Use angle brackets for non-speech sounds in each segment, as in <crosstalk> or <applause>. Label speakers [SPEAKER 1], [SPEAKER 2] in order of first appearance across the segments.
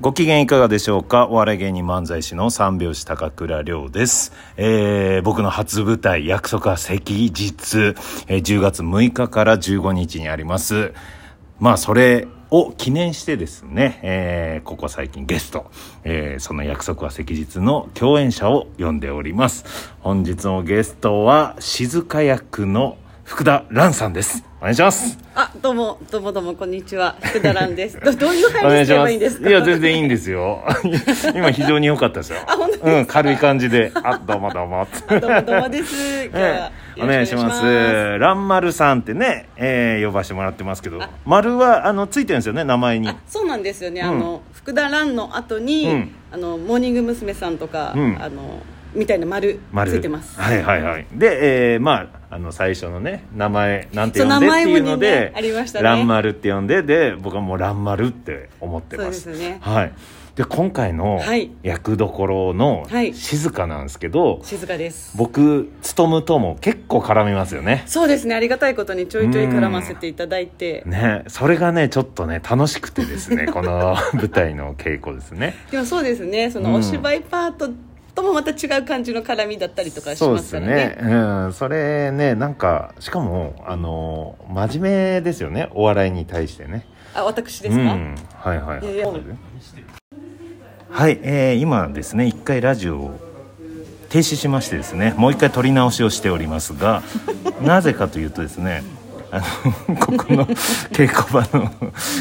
[SPEAKER 1] ご機嫌いかがでしょうかお笑い芸人漫才師の三拍子高倉涼です。えー、僕の初舞台、約束は赤日、えー10月6日から15日にあります。まあ、それを記念してですね、えーここ最近ゲスト、えーその約束は赤日の共演者を呼んでおります。本日のゲストは、静香役の福田蘭さんです。お願いします。
[SPEAKER 2] あ、どうも、どうもどうも、こんにちは。福田蘭です。ど、どういう
[SPEAKER 1] お
[SPEAKER 2] 入
[SPEAKER 1] 願
[SPEAKER 2] り
[SPEAKER 1] い
[SPEAKER 2] す
[SPEAKER 1] し
[SPEAKER 2] れば
[SPEAKER 1] ま
[SPEAKER 2] いいんです
[SPEAKER 1] す。
[SPEAKER 2] か
[SPEAKER 1] いや、全然いいんです
[SPEAKER 2] <laughs>
[SPEAKER 1] よ。今非常に良かったですよ。
[SPEAKER 2] あ本当です
[SPEAKER 1] うん、軽い感じで、あ、どうもどう
[SPEAKER 2] <laughs>
[SPEAKER 1] も。
[SPEAKER 2] どうもどうも
[SPEAKER 1] <laughs>
[SPEAKER 2] です。今日は
[SPEAKER 1] ええお願いします。ランマルさんってね、えー呼ばしてもらってますけど、丸はあのついてるんですよね、名前に
[SPEAKER 2] あ。、そうなんですよね。あの、福田蘭の後に、
[SPEAKER 1] うん
[SPEAKER 2] あの、モーニング娘。さんとか、
[SPEAKER 1] うん
[SPEAKER 2] あの、みたいな丸、
[SPEAKER 1] 丸
[SPEAKER 2] ついてます。
[SPEAKER 1] はいはいはい。で、えーまああの最初のね名前なんて呼んでってい
[SPEAKER 2] そう
[SPEAKER 1] う
[SPEAKER 2] 名前も
[SPEAKER 1] の
[SPEAKER 2] ね
[SPEAKER 1] で、
[SPEAKER 2] ありましたね
[SPEAKER 1] ランマルって呼んでで僕はもうランマルって思ってます。
[SPEAKER 2] そうですよね
[SPEAKER 1] はい。で今回の
[SPEAKER 2] はい
[SPEAKER 1] 役どころの
[SPEAKER 2] はい
[SPEAKER 1] 静かなんですけど、
[SPEAKER 2] 静香です。
[SPEAKER 1] 僕務とも結構絡みますよね。
[SPEAKER 2] そうですね。ありがたいことにちょいちょい絡ませていただいて。
[SPEAKER 1] ね、それがねちょっとね楽しくてですねこの舞台の稽古ですね。
[SPEAKER 2] でもそうですね。その、
[SPEAKER 1] うん
[SPEAKER 2] お芝居パートともまた違う感じの絡みだったりとかし
[SPEAKER 1] そう
[SPEAKER 2] ま
[SPEAKER 1] ですす
[SPEAKER 2] から
[SPEAKER 1] ね
[SPEAKER 2] ね。、
[SPEAKER 1] うん、それねなんかしかもあの真面目ですよねお笑いに対してね。
[SPEAKER 2] あ、私ですか、
[SPEAKER 1] うん、はいはいはい
[SPEAKER 2] いやいや
[SPEAKER 1] はい、えー今ですね一回ラジオを停止しましてですねもう一回撮り直しをしております
[SPEAKER 2] <laughs>
[SPEAKER 1] がなぜかというとですねあの <laughs> ここの稽古場の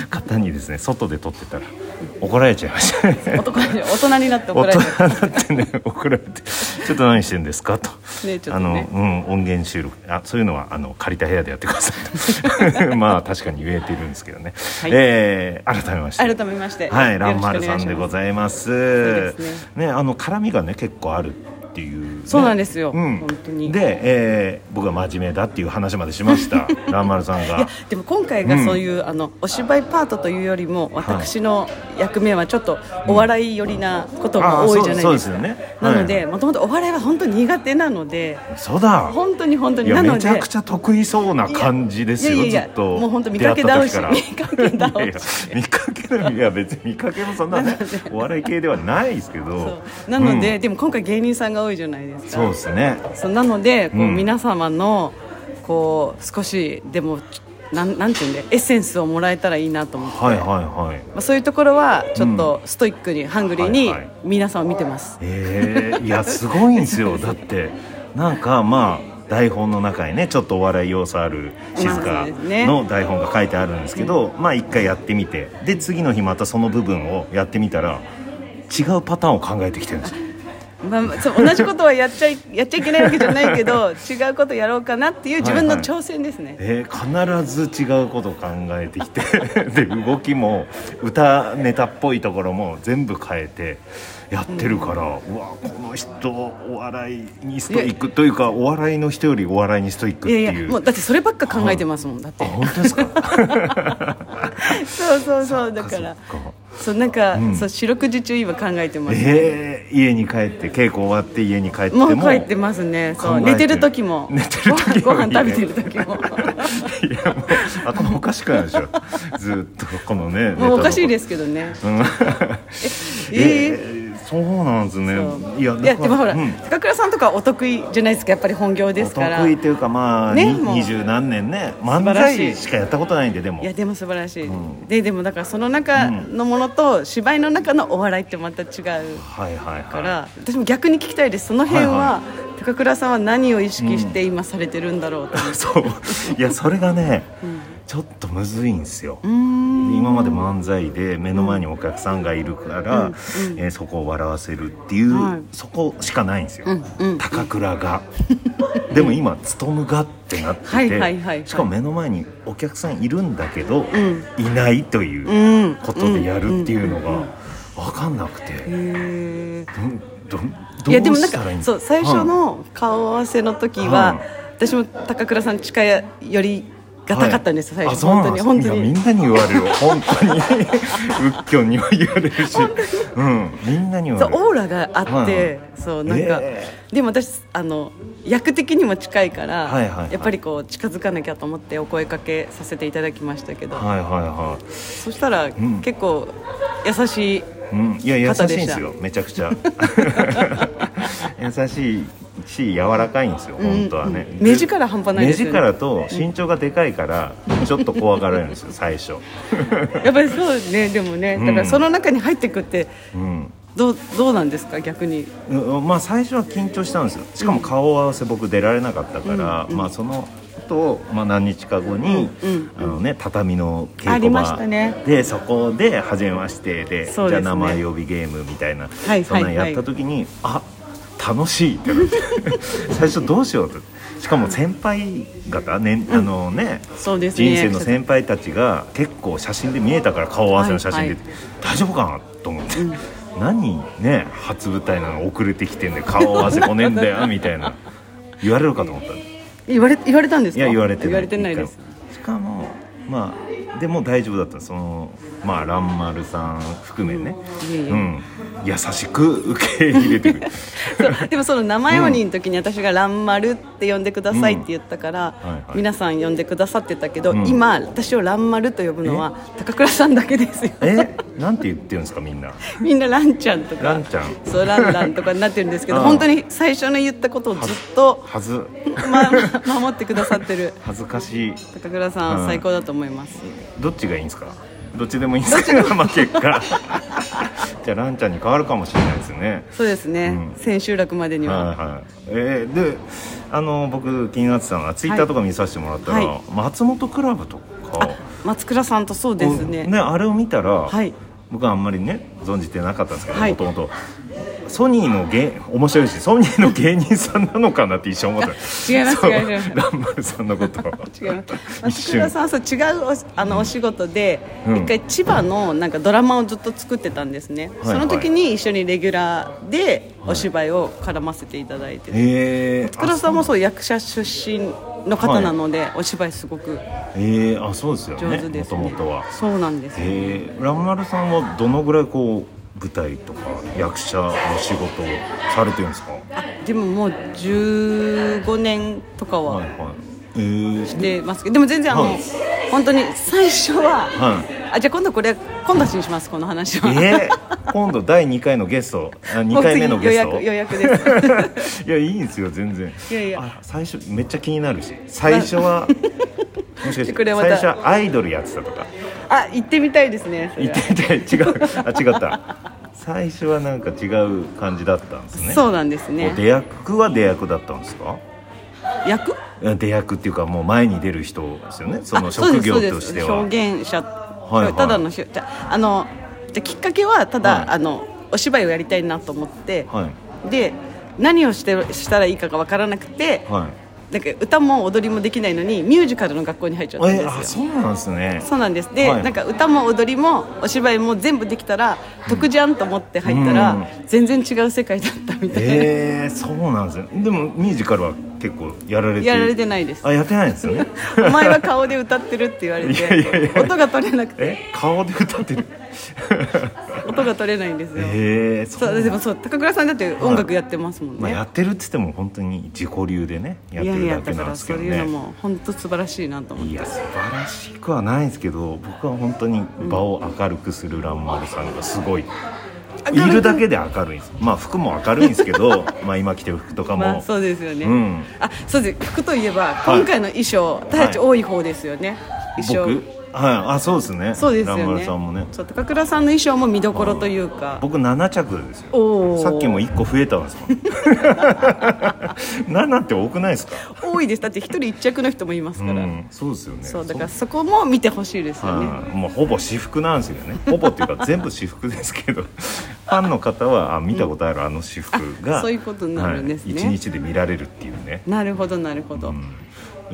[SPEAKER 1] 方にですね外で撮ってたら怒られちゃいましたね
[SPEAKER 2] 男に大人になって怒
[SPEAKER 1] 大
[SPEAKER 2] られた。
[SPEAKER 1] 人になってね怒られて「ちょっと何してんですか?」と。
[SPEAKER 2] ね、ちょ
[SPEAKER 1] あ
[SPEAKER 2] っと
[SPEAKER 1] の
[SPEAKER 2] ね。
[SPEAKER 1] うん、音源収録あそういうのはあの借りた部屋でやってください <laughs> とまあ確かに言えてるんですけどね、
[SPEAKER 2] はい
[SPEAKER 1] えー改めまして
[SPEAKER 2] 改めまして。
[SPEAKER 1] はい、ラ
[SPEAKER 2] よろ
[SPEAKER 1] ン
[SPEAKER 2] しく
[SPEAKER 1] マ
[SPEAKER 2] お願
[SPEAKER 1] ル
[SPEAKER 2] いし
[SPEAKER 1] さ
[SPEAKER 2] ま
[SPEAKER 1] ん
[SPEAKER 2] す
[SPEAKER 1] でございます。
[SPEAKER 2] うです
[SPEAKER 1] ねあの絡みがね、結構あるっていうね、
[SPEAKER 2] そうなんですよ
[SPEAKER 1] うん
[SPEAKER 2] 本当に
[SPEAKER 1] で、えー僕は真面目だっていう話までしま
[SPEAKER 2] <laughs>
[SPEAKER 1] した。ランマルさん
[SPEAKER 2] いや
[SPEAKER 1] が。
[SPEAKER 2] でも今回がそういう、あのお芝居パートというよりも私の役目はちょっとお笑い寄りなことが多いじゃないですか、
[SPEAKER 1] うんあーそうそうですよね
[SPEAKER 2] なのでもともとお笑いは本当に苦手なので
[SPEAKER 1] そうだ。
[SPEAKER 2] 本当に本当
[SPEAKER 1] い
[SPEAKER 2] に
[SPEAKER 1] や
[SPEAKER 2] なの
[SPEAKER 1] め
[SPEAKER 2] で
[SPEAKER 1] ちゃくちゃ得意そうな感じですよ
[SPEAKER 2] いやいやいや
[SPEAKER 1] ずっと
[SPEAKER 2] もう本当見かけ倒し
[SPEAKER 1] 出会った時から
[SPEAKER 2] 見かけ倒し
[SPEAKER 1] いやいや見かけ倒しいや別に見かけもそんなねお笑い系ではないですけど
[SPEAKER 2] そうなので、でも今回芸人さんが多いじゃないで
[SPEAKER 1] うん
[SPEAKER 2] すか
[SPEAKER 1] そうですね
[SPEAKER 2] そうなのでこう、
[SPEAKER 1] うん
[SPEAKER 2] 皆様のこう少しでもなんなんていうんでエッセンスをもらえたらいいなと思って、
[SPEAKER 1] はいはいはい
[SPEAKER 2] まあ、そういうところはちょっとストイックに、ハングリーに
[SPEAKER 1] はいはい
[SPEAKER 2] 皆さんを見てます、
[SPEAKER 1] えーいやすごいんですよだってなんかまあ台本の中にねちょっとお笑い要素ある静
[SPEAKER 2] ま
[SPEAKER 1] か
[SPEAKER 2] あそうですね
[SPEAKER 1] の台本が書いてあるんですけど、まあ一回やってみてで次の日またその部分をやってみたら違うパターンを考えてきてるんですよ
[SPEAKER 2] まあまあ、そう同じことはやっちゃい <laughs> やっちゃいけないわけじゃないけど違うことやろうかなっていう自分の挑戦ですね、
[SPEAKER 1] えー必ず違うことを考えてきて <laughs> で動きも歌ネタっぽいところも全部変えてやってるから、うわこの人お笑いにストイックというかお笑いの人よりお笑いにストイックってい
[SPEAKER 2] い
[SPEAKER 1] う
[SPEAKER 2] やいやもうだってそればっか考えてますもんだって
[SPEAKER 1] あ本当ですか
[SPEAKER 2] そうそうそう <laughs> だから
[SPEAKER 1] そっか
[SPEAKER 2] そうなんか、
[SPEAKER 1] うん
[SPEAKER 2] そう四六時中今考えてます、
[SPEAKER 1] えー、家に帰って稽古終わって家に帰っても
[SPEAKER 2] もう帰ってますねそう
[SPEAKER 1] 考え
[SPEAKER 2] 寝
[SPEAKER 1] てる
[SPEAKER 2] てる時も
[SPEAKER 1] 寝てる時も
[SPEAKER 2] ご飯ご <laughs> 飯食べてる時
[SPEAKER 1] <laughs> い
[SPEAKER 2] も
[SPEAKER 1] やもう頭おかしくないでしょ <laughs> ずーっとこのね、
[SPEAKER 2] もうおかしいですすけどね
[SPEAKER 1] うん
[SPEAKER 2] ええ
[SPEAKER 1] えーそうなんですね
[SPEAKER 2] そう
[SPEAKER 1] い
[SPEAKER 2] い
[SPEAKER 1] や
[SPEAKER 2] や
[SPEAKER 1] だから
[SPEAKER 2] でもほら、
[SPEAKER 1] うん
[SPEAKER 2] 高倉さんとかお得意じゃないですかやっぱり本業ですから
[SPEAKER 1] お得意というかまあ
[SPEAKER 2] ね
[SPEAKER 1] に
[SPEAKER 2] もう
[SPEAKER 1] 二十、何年ね漫
[SPEAKER 2] 晴らしい
[SPEAKER 1] 才しかやったことないんででも
[SPEAKER 2] いやでも素晴らしい、
[SPEAKER 1] ん
[SPEAKER 2] ででもだからその中のものと芝居の中のお笑いってまた違う
[SPEAKER 1] はいはい
[SPEAKER 2] か
[SPEAKER 1] はい
[SPEAKER 2] ら、私も逆に聞きたいですその辺は、
[SPEAKER 1] は
[SPEAKER 2] 高倉さんは何を意識して今されてるんだろうと、
[SPEAKER 1] <laughs> そういやそれがね、ちょっとむずいんですよ今まで漫才で目の前にお客さんがいるから、えーそこを笑わせるっていう、
[SPEAKER 2] はい
[SPEAKER 1] そこしかないんですよ、
[SPEAKER 2] うんうん
[SPEAKER 1] 高倉が <laughs> でも今「務が」ってなってて、
[SPEAKER 2] はいはいはいはい
[SPEAKER 1] しかも目の前にお客さんいるんだけど、
[SPEAKER 2] ん
[SPEAKER 1] いないといううんことでやるっていうの
[SPEAKER 2] んん
[SPEAKER 1] が分かんなくて、
[SPEAKER 2] へ
[SPEAKER 1] どんど
[SPEAKER 2] え
[SPEAKER 1] ん
[SPEAKER 2] いや
[SPEAKER 1] ど
[SPEAKER 2] で
[SPEAKER 1] う
[SPEAKER 2] もなん
[SPEAKER 1] したらいいん
[SPEAKER 2] か
[SPEAKER 1] ですか
[SPEAKER 2] そう最初の顔合わせの時
[SPEAKER 1] は
[SPEAKER 2] は、
[SPEAKER 1] い
[SPEAKER 2] 私も高倉さん近いよりがたかったんですよ、
[SPEAKER 1] はい
[SPEAKER 2] 最初
[SPEAKER 1] あ
[SPEAKER 2] 本当に
[SPEAKER 1] そうなん
[SPEAKER 2] 本
[SPEAKER 1] です
[SPEAKER 2] 当
[SPEAKER 1] いや
[SPEAKER 2] に
[SPEAKER 1] みんなに言われる本当
[SPEAKER 2] <laughs>
[SPEAKER 1] に仏教には言われるし、うん、みんなに言
[SPEAKER 2] そ
[SPEAKER 1] わ
[SPEAKER 2] う
[SPEAKER 1] れる
[SPEAKER 2] オーラがあって、
[SPEAKER 1] はい
[SPEAKER 2] そうなんか、
[SPEAKER 1] え
[SPEAKER 2] でも私あの役的にも近いから、
[SPEAKER 1] はいはいはい
[SPEAKER 2] やっぱりこう近づかなきゃと思ってお声かけさせていただきましたけど、
[SPEAKER 1] はいはいは
[SPEAKER 2] そしたら、
[SPEAKER 1] ん
[SPEAKER 2] 結構優しい
[SPEAKER 1] うん、いや優しい
[SPEAKER 2] 方
[SPEAKER 1] ん
[SPEAKER 2] でし
[SPEAKER 1] で
[SPEAKER 2] た
[SPEAKER 1] すよめちゃく <laughs> ちゃ優しいし柔らかいんですよ本当はね、
[SPEAKER 2] うん目力半端ないですよね
[SPEAKER 1] 目力と身長がでかいからちょっと怖がられるんですよ最初
[SPEAKER 2] やっぱりそうねでもねだからその中に入ってくって
[SPEAKER 1] うん
[SPEAKER 2] どうどうなんですか逆に
[SPEAKER 1] うんまあ最初は緊張したんですよしかも顔合わせ僕出られなかったから、まあそのと、まあ、何日か後に、
[SPEAKER 2] うん
[SPEAKER 1] あのね、畳の稽
[SPEAKER 2] あ
[SPEAKER 1] 古
[SPEAKER 2] りまし
[SPEAKER 1] 場
[SPEAKER 2] たね
[SPEAKER 1] でそこで「初めましてで」
[SPEAKER 2] そう
[SPEAKER 1] じ
[SPEAKER 2] で
[SPEAKER 1] ゃあ
[SPEAKER 2] すね
[SPEAKER 1] 名前呼びゲームみたいな、
[SPEAKER 2] はい
[SPEAKER 1] そんなんやった時に「あ楽しい」って
[SPEAKER 2] <laughs>
[SPEAKER 1] なって最初どうしようとしかも先輩方、ねあのね
[SPEAKER 2] そうですね
[SPEAKER 1] 人生の先輩たちが結構写真で見えたから顔合わせの写真で、
[SPEAKER 2] はいはい
[SPEAKER 1] 大丈夫かなと思って、何ね初舞台なの遅れてきてんで顔合わせ来ねえんだ
[SPEAKER 2] <laughs>
[SPEAKER 1] よみたいな言われるかと思ったい
[SPEAKER 2] 言われ言われたんですか
[SPEAKER 1] や言われてない
[SPEAKER 2] 言われてないです
[SPEAKER 1] 一回もしかもまあでも大丈夫だったそのまあ蘭丸さん含めね、
[SPEAKER 2] いえいえ
[SPEAKER 1] うん、優しく受け入れてく
[SPEAKER 2] <laughs>
[SPEAKER 1] れる
[SPEAKER 2] そうでもその名前鬼の時に私が「らんまる」って呼んでくださいって言ったから、
[SPEAKER 1] うんはいはい
[SPEAKER 2] 皆さん呼んでくださってたけど、
[SPEAKER 1] うん
[SPEAKER 2] 今私を「らんまる」と呼ぶのは高倉さんだけです <laughs> よ
[SPEAKER 1] えなんて言ってるんですかみんな
[SPEAKER 2] みんな「らんちゃん」とか
[SPEAKER 1] ランちゃん
[SPEAKER 2] 「そうらんらん」とかになってるん
[SPEAKER 1] <laughs>
[SPEAKER 2] ですけど、
[SPEAKER 1] うん
[SPEAKER 2] 本当に最初の言ったことをずっ
[SPEAKER 1] <laughs>
[SPEAKER 2] と、
[SPEAKER 1] はず
[SPEAKER 2] ま、ま守ってくださってる <laughs>
[SPEAKER 1] 恥ずかしい
[SPEAKER 2] 高倉さん
[SPEAKER 1] うん
[SPEAKER 2] は最高だと思います、
[SPEAKER 1] どっちがいいんですかどっちでもいいんです
[SPEAKER 2] <laughs>
[SPEAKER 1] かまあ結果じゃあランちゃんに変わるかもしれないですね
[SPEAKER 2] そうですね、
[SPEAKER 1] うん
[SPEAKER 2] 千秋楽までには、
[SPEAKER 1] はいはいえーであの僕気になってたのはツイッターとか見させてもらったら、
[SPEAKER 2] は
[SPEAKER 1] 松本クラブとか
[SPEAKER 2] 松倉さんとそうですね
[SPEAKER 1] ねあれを見たら、
[SPEAKER 2] はい
[SPEAKER 1] 僕はあんまりね存じてなかったんですけど
[SPEAKER 2] はい
[SPEAKER 1] もともとソニーの芸面白いしソニーの芸人さんなのかなって一瞬思った
[SPEAKER 2] <laughs> 違います
[SPEAKER 1] そう
[SPEAKER 2] 違います
[SPEAKER 1] ランマルさんのこと
[SPEAKER 2] <laughs> 違いま
[SPEAKER 1] <laughs> 一
[SPEAKER 2] す松
[SPEAKER 1] 瞬
[SPEAKER 2] 倉さんはそう違うおあのお仕事で、
[SPEAKER 1] うん
[SPEAKER 2] 一回千葉のなんかドラマをずっと作ってたんですね、
[SPEAKER 1] い
[SPEAKER 2] その時に一緒にレギュラーでお芝居を絡ませていただいて、
[SPEAKER 1] えー、
[SPEAKER 2] 松倉さんもそう役者出身の方なので、お芝居すごく
[SPEAKER 1] えー、あそうですよ
[SPEAKER 2] 上
[SPEAKER 1] ね
[SPEAKER 2] 手
[SPEAKER 1] も
[SPEAKER 2] です
[SPEAKER 1] と
[SPEAKER 2] ね
[SPEAKER 1] もとは
[SPEAKER 2] そうなんですよ、
[SPEAKER 1] えー、ランマルさんはどのぐらいこう舞台とか役者の仕事をされてるんですかは
[SPEAKER 2] あでももう15年とか
[SPEAKER 1] い
[SPEAKER 2] は
[SPEAKER 1] はいえー、
[SPEAKER 2] してますけどでも全然あの、
[SPEAKER 1] はい
[SPEAKER 2] 本当に最初
[SPEAKER 1] は
[SPEAKER 2] は、
[SPEAKER 1] い
[SPEAKER 2] あじゃあ今度これ今度にしますこの話は、
[SPEAKER 1] えー、今度第2回のゲストあ2回目のゲス
[SPEAKER 2] もう
[SPEAKER 1] ト
[SPEAKER 2] 次予約予約で
[SPEAKER 1] <laughs>
[SPEAKER 2] す
[SPEAKER 1] いやいいんですよ全然
[SPEAKER 2] いやいや
[SPEAKER 1] あ最初めっちゃ気になるし最初
[SPEAKER 2] <laughs>
[SPEAKER 1] はもしかして
[SPEAKER 2] こ
[SPEAKER 1] 最
[SPEAKER 2] れまた
[SPEAKER 1] 初はアイドルやってたとか
[SPEAKER 2] あ行ってみたいですねそれ
[SPEAKER 1] 言
[SPEAKER 2] は
[SPEAKER 1] ってみたい違うあ違った最初はなんか違う感じだったんですね
[SPEAKER 2] そうなんですね
[SPEAKER 1] こう出役は出役だったんですか
[SPEAKER 2] 役
[SPEAKER 1] 出役っていうかもう前に出る人ですよねその
[SPEAKER 2] あそう
[SPEAKER 1] 職
[SPEAKER 2] です
[SPEAKER 1] 業
[SPEAKER 2] そうです
[SPEAKER 1] としては
[SPEAKER 2] 表現者、
[SPEAKER 1] いはい
[SPEAKER 2] ただのひょじゃあのじゃきっかけはただ、
[SPEAKER 1] はい
[SPEAKER 2] あのお芝居をやりたいなと思って、
[SPEAKER 1] は
[SPEAKER 2] で何をしてしたらいいかが分からなくて、
[SPEAKER 1] いはい
[SPEAKER 2] なんか歌も踊りもできないのにミュージカルの学校に入っちゃったんです
[SPEAKER 1] え
[SPEAKER 2] よ、
[SPEAKER 1] あそうなんですね
[SPEAKER 2] そうなんですで、
[SPEAKER 1] はい
[SPEAKER 2] なんか歌も踊りもお芝居も全部できたら得じゃんと思って入ったら、
[SPEAKER 1] うん
[SPEAKER 2] 全然違う世界だったみたいな、
[SPEAKER 1] えー、そうなんですねでもミュージカルは結構やられて
[SPEAKER 2] やられてないです
[SPEAKER 1] あやってないんです
[SPEAKER 2] <laughs>
[SPEAKER 1] よね
[SPEAKER 2] お前は顔で歌ってるって言われて
[SPEAKER 1] いやいやいや
[SPEAKER 2] 音が取れなくて
[SPEAKER 1] え顔で歌ってる
[SPEAKER 2] 音が取れないんですよ、
[SPEAKER 1] えー、そ
[SPEAKER 2] そう
[SPEAKER 1] う
[SPEAKER 2] でもそう高倉さんだって音楽やってますもんね、
[SPEAKER 1] まあ、やってるっつっても本当に自己流でねやっ
[SPEAKER 2] い
[SPEAKER 1] て
[SPEAKER 2] や
[SPEAKER 1] る
[SPEAKER 2] い
[SPEAKER 1] だ
[SPEAKER 2] や
[SPEAKER 1] け
[SPEAKER 2] だ
[SPEAKER 1] な
[SPEAKER 2] か
[SPEAKER 1] ん
[SPEAKER 2] ら
[SPEAKER 1] ですけ
[SPEAKER 2] そう
[SPEAKER 1] ど
[SPEAKER 2] いうの
[SPEAKER 1] ね
[SPEAKER 2] も本当素晴らしいなと思っ
[SPEAKER 1] い
[SPEAKER 2] て
[SPEAKER 1] や素晴らしくはないですけど僕は本当に場を明るくする蘭丸さんがすごい、い
[SPEAKER 2] 明るく
[SPEAKER 1] るだけで明るいんですまあ服も明るいんですけ
[SPEAKER 2] <laughs>
[SPEAKER 1] どまあ今着てる服とかも、
[SPEAKER 2] まあそうですよね、
[SPEAKER 1] うん
[SPEAKER 2] あそうです服といえば
[SPEAKER 1] はい
[SPEAKER 2] 今回の衣装、私たち多い方ですよね、衣
[SPEAKER 1] 僕
[SPEAKER 2] 装
[SPEAKER 1] はいあそうですね
[SPEAKER 2] そうですよ
[SPEAKER 1] 蘭丸
[SPEAKER 2] ね
[SPEAKER 1] さんもね
[SPEAKER 2] そう高倉さんの衣装も見どころというか、
[SPEAKER 1] 僕7着です
[SPEAKER 2] お
[SPEAKER 1] よ
[SPEAKER 2] ー
[SPEAKER 1] さっきも1個増えたんですもん
[SPEAKER 2] <laughs>
[SPEAKER 1] 7って多くないですか
[SPEAKER 2] 多いですだって一人一着の人もいますから、
[SPEAKER 1] うんそうですよね
[SPEAKER 2] そうだからそこも見てほしいですよね、
[SPEAKER 1] はいもうほぼ私服なんですよねほぼって
[SPEAKER 2] <laughs>
[SPEAKER 1] いうか全部私服ですけどファンの方はあ見たことあるあの私服が、
[SPEAKER 2] あそういうことになるんですね
[SPEAKER 1] はい一日で見られるっていうね、
[SPEAKER 2] なるほどなるほど、
[SPEAKER 1] うん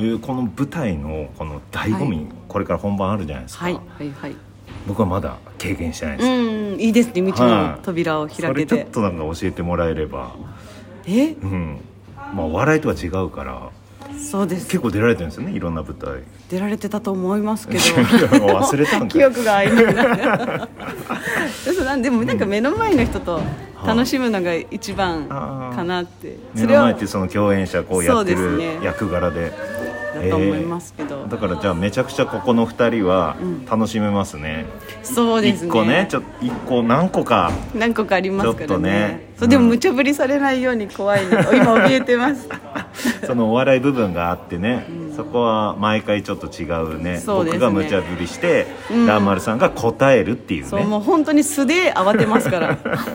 [SPEAKER 1] えーこの舞台のこの醍醐味、
[SPEAKER 2] は
[SPEAKER 1] これから本番あるじゃないですか、
[SPEAKER 2] はいはいはい
[SPEAKER 1] 僕はまだ経験してないんで
[SPEAKER 2] う
[SPEAKER 1] す、
[SPEAKER 2] んいいですね道の扉を開け
[SPEAKER 1] それ
[SPEAKER 2] て、
[SPEAKER 1] ちょっとなんか教えてもらえれば
[SPEAKER 2] え
[SPEAKER 1] うんまあお笑いとは違うから
[SPEAKER 2] そうです
[SPEAKER 1] 結構出られてるんですよねいろんな舞台
[SPEAKER 2] 出られてたと思いますけど
[SPEAKER 1] <laughs> 忘れたんか
[SPEAKER 2] <laughs> 記
[SPEAKER 1] い
[SPEAKER 2] 憶が曖昧な <laughs> そうなんでもなんか目の前の人と楽しむのが一番かなって、
[SPEAKER 1] 目の前ってその共演者こうやって
[SPEAKER 2] そう
[SPEAKER 1] る
[SPEAKER 2] ですね
[SPEAKER 1] 役柄で
[SPEAKER 2] だと思いますけど、
[SPEAKER 1] だからじゃあめちゃくちゃここの2人は
[SPEAKER 2] ん
[SPEAKER 1] 楽しめますね、
[SPEAKER 2] そうですね
[SPEAKER 1] 1個ねちょ一個何個
[SPEAKER 2] <laughs>
[SPEAKER 1] か
[SPEAKER 2] 何個かありますか
[SPEAKER 1] ちょっと
[SPEAKER 2] らね
[SPEAKER 1] ね
[SPEAKER 2] そうでも
[SPEAKER 1] うん
[SPEAKER 2] 無茶ぶりされないように怖いの今怯えてます
[SPEAKER 1] <laughs> そのお笑い部分があってね、そこは毎回ちょっと違うね
[SPEAKER 2] そう
[SPEAKER 1] 僕
[SPEAKER 2] ですね
[SPEAKER 1] が無茶ぶりして、ラーマルさんが答えるっていう
[SPEAKER 2] そうも
[SPEAKER 1] ね
[SPEAKER 2] う本当に素で慌てますから
[SPEAKER 1] <laughs>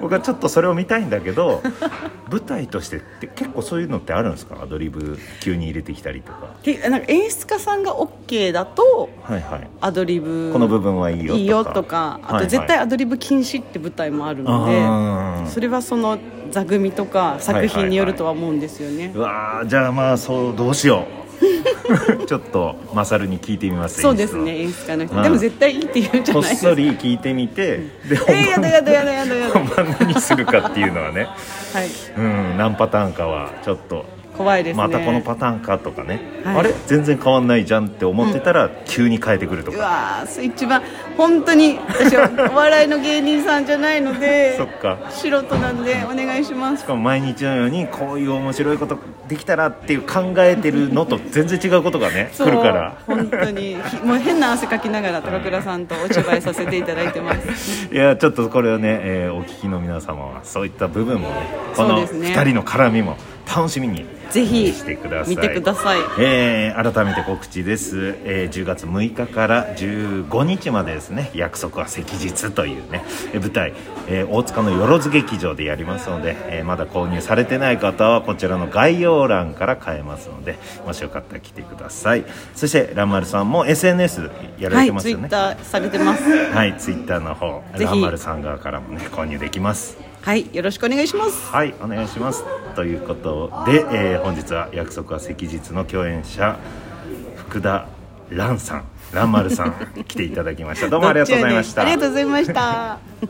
[SPEAKER 1] 僕はちょっとそれを見たいんだけど <laughs> 舞台としてって結構そういうのってあるんですかアドリブ急に入れてきたりとか
[SPEAKER 2] けなんか演出家さんが OK だと
[SPEAKER 1] はいはい
[SPEAKER 2] アドリブ
[SPEAKER 1] この部分はいいよとか
[SPEAKER 2] いいよとかあと絶対アドリブ禁止って舞台もあるので、
[SPEAKER 1] あー
[SPEAKER 2] それはその座組とか作品によるとは思うんですよね、
[SPEAKER 1] うわーじゃあまあそうどうしよう <laughs> ちょっとマサルに聞いてみます
[SPEAKER 2] そうです
[SPEAKER 1] 演
[SPEAKER 2] ね演出家の人、
[SPEAKER 1] うん
[SPEAKER 2] でも絶対いいって言う
[SPEAKER 1] 出
[SPEAKER 2] じゃ
[SPEAKER 1] のこっ
[SPEAKER 2] ないです
[SPEAKER 1] そ
[SPEAKER 2] か
[SPEAKER 1] り聞いてみてで
[SPEAKER 2] えー、やだやだやだやだやだ、
[SPEAKER 1] 本番何するかっていうのはね
[SPEAKER 2] はい、
[SPEAKER 1] うん何パターンかはちょっと、
[SPEAKER 2] 怖いですね
[SPEAKER 1] またこのパターンかとかね、
[SPEAKER 2] はい
[SPEAKER 1] あれ全然変わんないじゃんって思ってたら、急に変えてくると
[SPEAKER 2] う
[SPEAKER 1] か
[SPEAKER 2] わー一番本当に私はお笑いの芸人さんじゃないので
[SPEAKER 1] <laughs> そっか
[SPEAKER 2] 素人なんでお願いしま
[SPEAKER 1] し
[SPEAKER 2] す
[SPEAKER 1] かも毎日のようにこういう面白いことできたらっていう考えてるのと全然違うことがね <laughs> 来るから
[SPEAKER 2] そう本当に <laughs> ひもう変な汗かきながら高倉さんとお芝居させていただい
[SPEAKER 1] <laughs>
[SPEAKER 2] てます
[SPEAKER 1] いやちょっとこれをね、えーお聞きの皆様はそういった部分もねこの
[SPEAKER 2] そうですね
[SPEAKER 1] 2人の絡みも楽しみに
[SPEAKER 2] ぜひ
[SPEAKER 1] してください
[SPEAKER 2] 見てください
[SPEAKER 1] えー改めて告知です、えー10月6日から15日までですね「約束は赤日」というねえー舞台、えー大塚のよろず劇場でやりますので、えーまだ購入されてない方はこちらの概要欄から買えますのでもしよかったら来てくださいそしてランマルさんも SNS やら
[SPEAKER 2] は
[SPEAKER 1] れて
[SPEAKER 2] い
[SPEAKER 1] ます
[SPEAKER 2] ツイ
[SPEAKER 1] よ
[SPEAKER 2] ッ
[SPEAKER 1] ね
[SPEAKER 2] ターされてます
[SPEAKER 1] はいツイッターの方
[SPEAKER 2] ぜひ
[SPEAKER 1] ランマルさん側からもね購入できます
[SPEAKER 2] はいよろしくお願いします
[SPEAKER 1] はいお願いしますということで、えー本日は約束は赤日の共演者福田蘭さん蘭丸さん来ていただきましたどうもありがとうございました
[SPEAKER 2] どっちやねんありがとうございました